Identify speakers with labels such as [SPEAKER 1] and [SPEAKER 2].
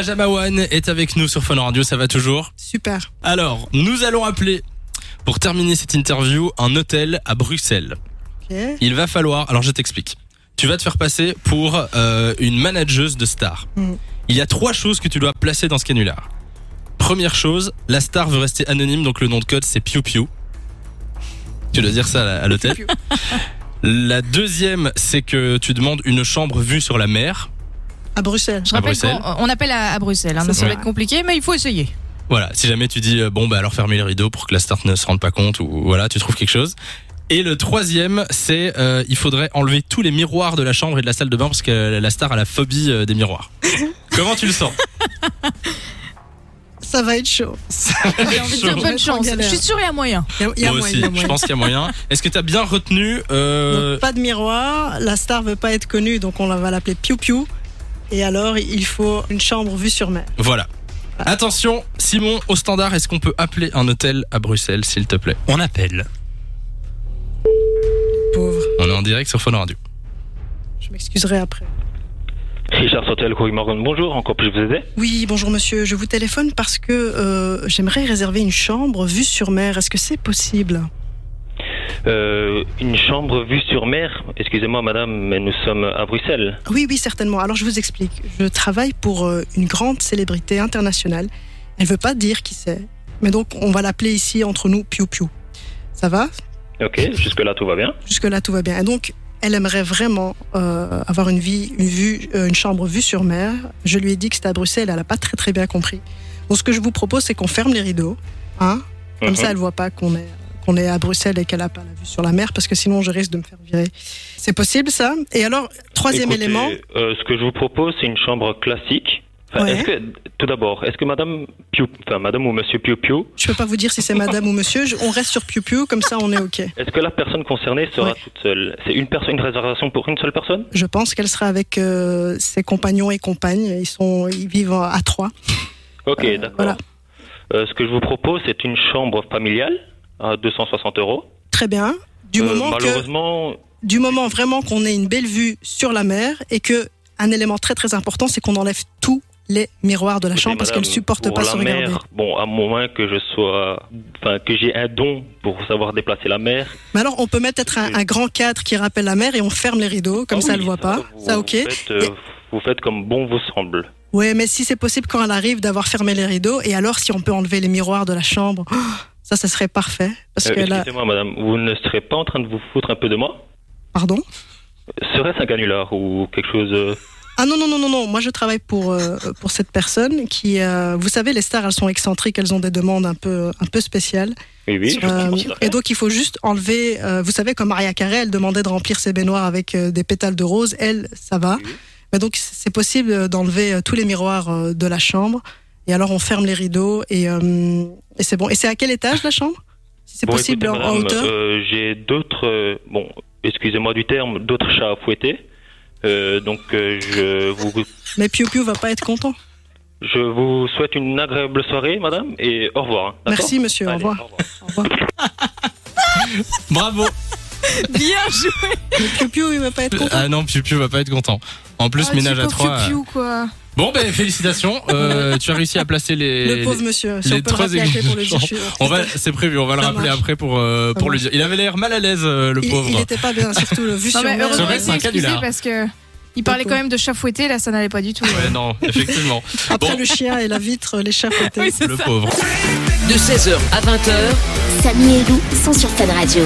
[SPEAKER 1] Rajamawan est avec nous sur Fun Radio, ça va toujours
[SPEAKER 2] Super.
[SPEAKER 1] Alors, nous allons appeler, pour terminer cette interview, un hôtel à Bruxelles.
[SPEAKER 2] Ok.
[SPEAKER 1] Il va falloir, alors je t'explique. Tu vas te faire passer pour euh, une manageuse de star.
[SPEAKER 2] Mm.
[SPEAKER 1] Il y a trois choses que tu dois placer dans ce canular. Première chose, la star veut rester anonyme, donc le nom de code c'est Piu Piu. Tu dois dire ça à la- à l'hôtel.
[SPEAKER 2] Piu
[SPEAKER 1] la deuxième, c'est que tu demandes une chambre vue sur la mer.
[SPEAKER 2] À Bruxelles.
[SPEAKER 3] Je rappelle
[SPEAKER 1] Bruxelles.
[SPEAKER 3] qu'on on appelle à, à Bruxelles. hein,
[SPEAKER 2] C'est
[SPEAKER 3] donc ça
[SPEAKER 1] ça.
[SPEAKER 3] va être compliqué, mais il faut essayer.
[SPEAKER 1] Voilà, si jamais tu dis euh, bon bah alors fermez les rideaux pour que la star ne se rende pas compte ou voilà, tu trouves quelque chose. Et le troisième, c'est euh, il faudrait enlever tous les miroirs de la chambre et de la salle de bain parce que la star a la phobie euh, des miroirs. Comment tu le sens
[SPEAKER 2] Ça va être chaud.
[SPEAKER 3] J'ai envie de dire
[SPEAKER 1] Chaud.
[SPEAKER 3] bonne
[SPEAKER 2] Je vais être en
[SPEAKER 3] chance. Je
[SPEAKER 2] galère.
[SPEAKER 3] suis sûr, il y a moyen.
[SPEAKER 2] Il y a, il y a
[SPEAKER 1] Moi aussi,
[SPEAKER 2] moyen, il y a
[SPEAKER 1] je
[SPEAKER 2] moyen.
[SPEAKER 1] pense qu'il y a moyen. Est-ce que t'as bien retenu euh,
[SPEAKER 2] Donc, pas de miroir. La star veut pas être connue, donc on la- va l'appeler Piu Piu. Et alors, il faut une chambre vue sur mer.
[SPEAKER 1] Voilà. Attention, Simon, au standard, est-ce qu'on peut appeler un hôtel à Bruxelles, s'il te plaît
[SPEAKER 4] On appelle.
[SPEAKER 2] Pauvre.
[SPEAKER 1] On est en direct sur Phone Radio.
[SPEAKER 2] Je m'excuserai après.
[SPEAKER 5] Richard Sautel, Cory Morgan, bonjour, encore plus vous aider
[SPEAKER 2] Oui, bonjour monsieur. Je vous téléphone parce que euh, j'aimerais réserver une chambre vue sur mer. Est-ce que c'est possible
[SPEAKER 5] euh, Une chambre vue sur mer, excusez-moi madame, mais nous sommes à Bruxelles.
[SPEAKER 2] Oui, oui, certainement. Alors je vous explique. Je travaille pour euh, une grande célébrité internationale. Elle veut pas dire qui c'est. Mais donc on va l'appeler ici entre nous Piu Piu. Ça va
[SPEAKER 5] Ok, jusque-là tout va bien.
[SPEAKER 2] Jusque-là, tout va bien. Et donc, elle aimerait vraiment euh, avoir une, vie, une, vue, euh, une chambre vue sur mer. Je lui ai dit que c'était à Bruxelles, elle n'a pas très très bien compris. Donc, ce que je vous propose, c'est qu'on ferme les rideaux. Hein Comme
[SPEAKER 5] Mhm.
[SPEAKER 2] ça, elle voit pas qu'on est, qu'on est à Bruxelles et qu'elle n'a pas la vue sur la mer, parce que sinon, je risque de me faire virer. C'est possible, ça Et alors, troisième
[SPEAKER 5] Écoutez,
[SPEAKER 2] élément,
[SPEAKER 5] euh, ce que je vous propose, c'est une chambre classique. Enfin,
[SPEAKER 2] Ouais.
[SPEAKER 5] est-ce que, tout d'abord, est-ce que madame, Piu, enfin, madame ou monsieur Piu Piu,
[SPEAKER 2] je peux pas vous dire si c'est madame ou monsieur, je- on reste sur Piu Piu, comme ça, on est OK.
[SPEAKER 5] est-ce que la personne concernée sera
[SPEAKER 2] Ouais.
[SPEAKER 5] toute seule C'est une personne, une réservation pour une seule personne
[SPEAKER 2] Je pense qu'elle sera avec euh, ses compagnons et compagnes. Ils, sont, ils vivent à trois.
[SPEAKER 5] Ok,
[SPEAKER 2] Euh,
[SPEAKER 5] d'accord.
[SPEAKER 2] voilà.
[SPEAKER 5] Euh, ce que je vous propose, c'est une chambre familiale à 260 euros.
[SPEAKER 2] Très bien. Du
[SPEAKER 5] Euh,
[SPEAKER 2] moment que.
[SPEAKER 5] malheureusement,
[SPEAKER 2] du moment vraiment qu'on ait une belle vue sur la mer et que un élément très très important, c'est qu'on enlève tous les miroirs de la
[SPEAKER 5] Écoutez,
[SPEAKER 2] chambre parce qu'elle ne
[SPEAKER 5] madame,
[SPEAKER 2] supporte
[SPEAKER 5] pour
[SPEAKER 2] pas
[SPEAKER 5] la
[SPEAKER 2] se regarder.
[SPEAKER 5] mer, Bon, à moins que je sois, enfin, que j'ai un don pour savoir déplacer la mer.
[SPEAKER 2] Mais alors, on peut mettre peut-être un, un grand cadre qui rappelle la mer et on ferme les rideaux, comme
[SPEAKER 5] Ah
[SPEAKER 2] ça
[SPEAKER 5] oui,
[SPEAKER 2] elle voit pas.
[SPEAKER 5] vous-
[SPEAKER 2] Ça, ok.
[SPEAKER 5] Vous faites, euh,
[SPEAKER 2] Et-
[SPEAKER 5] vous faites comme bon vous semble.
[SPEAKER 2] Ouais, mais si c'est possible quand elle arrive d'avoir fermé les rideaux et alors si on peut enlever les miroirs de la chambre, oh, ça, ça serait parfait. Parce
[SPEAKER 5] Euh,
[SPEAKER 2] que là,
[SPEAKER 5] Excusez-moi, madame, vous ne serez pas en train de vous foutre un peu de moi
[SPEAKER 2] pardon.
[SPEAKER 5] Serait-ce un canular ou quelque chose euh,
[SPEAKER 2] Ah non, non, non, non, non. Moi, je travaille pour, euh, pour cette personne qui, euh, vous savez, les stars, elles sont excentriques, elles ont des demandes un peu, un peu spéciales.
[SPEAKER 5] Oui, oui. je-
[SPEAKER 2] Euh,
[SPEAKER 5] je considère
[SPEAKER 2] et donc il faut juste enlever, euh, vous savez, comme Maria Carey, elle demandait de remplir ses baignoires avec euh, des pétales de rose, elle, ça va.
[SPEAKER 5] Oui.
[SPEAKER 2] Mais donc c'est possible euh, d'enlever euh, tous les miroirs euh, de la chambre, et alors on ferme les rideaux, et, euh, et c'est bon. Et c'est à quel étage la chambre Si c'est
[SPEAKER 5] Bon,
[SPEAKER 2] possible
[SPEAKER 5] écoutez,
[SPEAKER 2] en, en
[SPEAKER 5] madame,
[SPEAKER 2] hauteur
[SPEAKER 5] euh, J'ai d'autres, euh, bon, excusez-moi du terme, d'autres chats à fouetter. Euh, donc, euh, je, vous,
[SPEAKER 2] Mais Piu Piu va pas être content.
[SPEAKER 5] je vous souhaite une agréable soirée, madame, et au revoir. hein, d'accord
[SPEAKER 2] Merci monsieur,
[SPEAKER 5] Allez,
[SPEAKER 2] au revoir. Au revoir.
[SPEAKER 1] Bravo
[SPEAKER 3] Bien joué.
[SPEAKER 2] Mais Piu Piu, il va pas être content.
[SPEAKER 1] Ah non, Piu Piu va pas être content. En plus,
[SPEAKER 3] Ah,
[SPEAKER 1] ménage
[SPEAKER 3] tu
[SPEAKER 1] à
[SPEAKER 3] peux
[SPEAKER 1] trois. euh,
[SPEAKER 3] piou-piou, quoi.
[SPEAKER 1] Bon, ben félicitations, euh, tu as réussi à placer les.
[SPEAKER 2] Le pauvre monsieur, si
[SPEAKER 1] les
[SPEAKER 2] on peut le
[SPEAKER 1] trois
[SPEAKER 2] rappeler après pour le dire,
[SPEAKER 1] exemples.
[SPEAKER 2] je suis-
[SPEAKER 1] On va, c'est prévu, on va le
[SPEAKER 2] Ça
[SPEAKER 1] rappeler
[SPEAKER 2] marche.
[SPEAKER 1] après pour euh,
[SPEAKER 2] Ça
[SPEAKER 1] pour lui
[SPEAKER 2] marche.
[SPEAKER 1] dire. Il avait l'air mal à l'aise, euh, le
[SPEAKER 2] il,
[SPEAKER 1] pauvre.
[SPEAKER 2] il était pas bien, surtout le vu
[SPEAKER 3] Non,
[SPEAKER 2] sur
[SPEAKER 3] mais
[SPEAKER 2] mer.
[SPEAKER 3] heureusement,
[SPEAKER 1] vrai,
[SPEAKER 3] il
[SPEAKER 1] c'est un
[SPEAKER 3] s'est excusé
[SPEAKER 1] canular.
[SPEAKER 3] parce que il parlait quand même de chafouetter, là, ça n'allait pas du tout.
[SPEAKER 1] Ouais, non, effectivement,
[SPEAKER 2] Après
[SPEAKER 1] Bon.
[SPEAKER 2] le chien et la vitre, les chats fouettés.
[SPEAKER 3] Oui, c'est
[SPEAKER 1] le
[SPEAKER 3] ça.
[SPEAKER 1] pauvre.
[SPEAKER 6] De 16h à 20h,
[SPEAKER 7] Samy et Lou sont sur Fun Radio.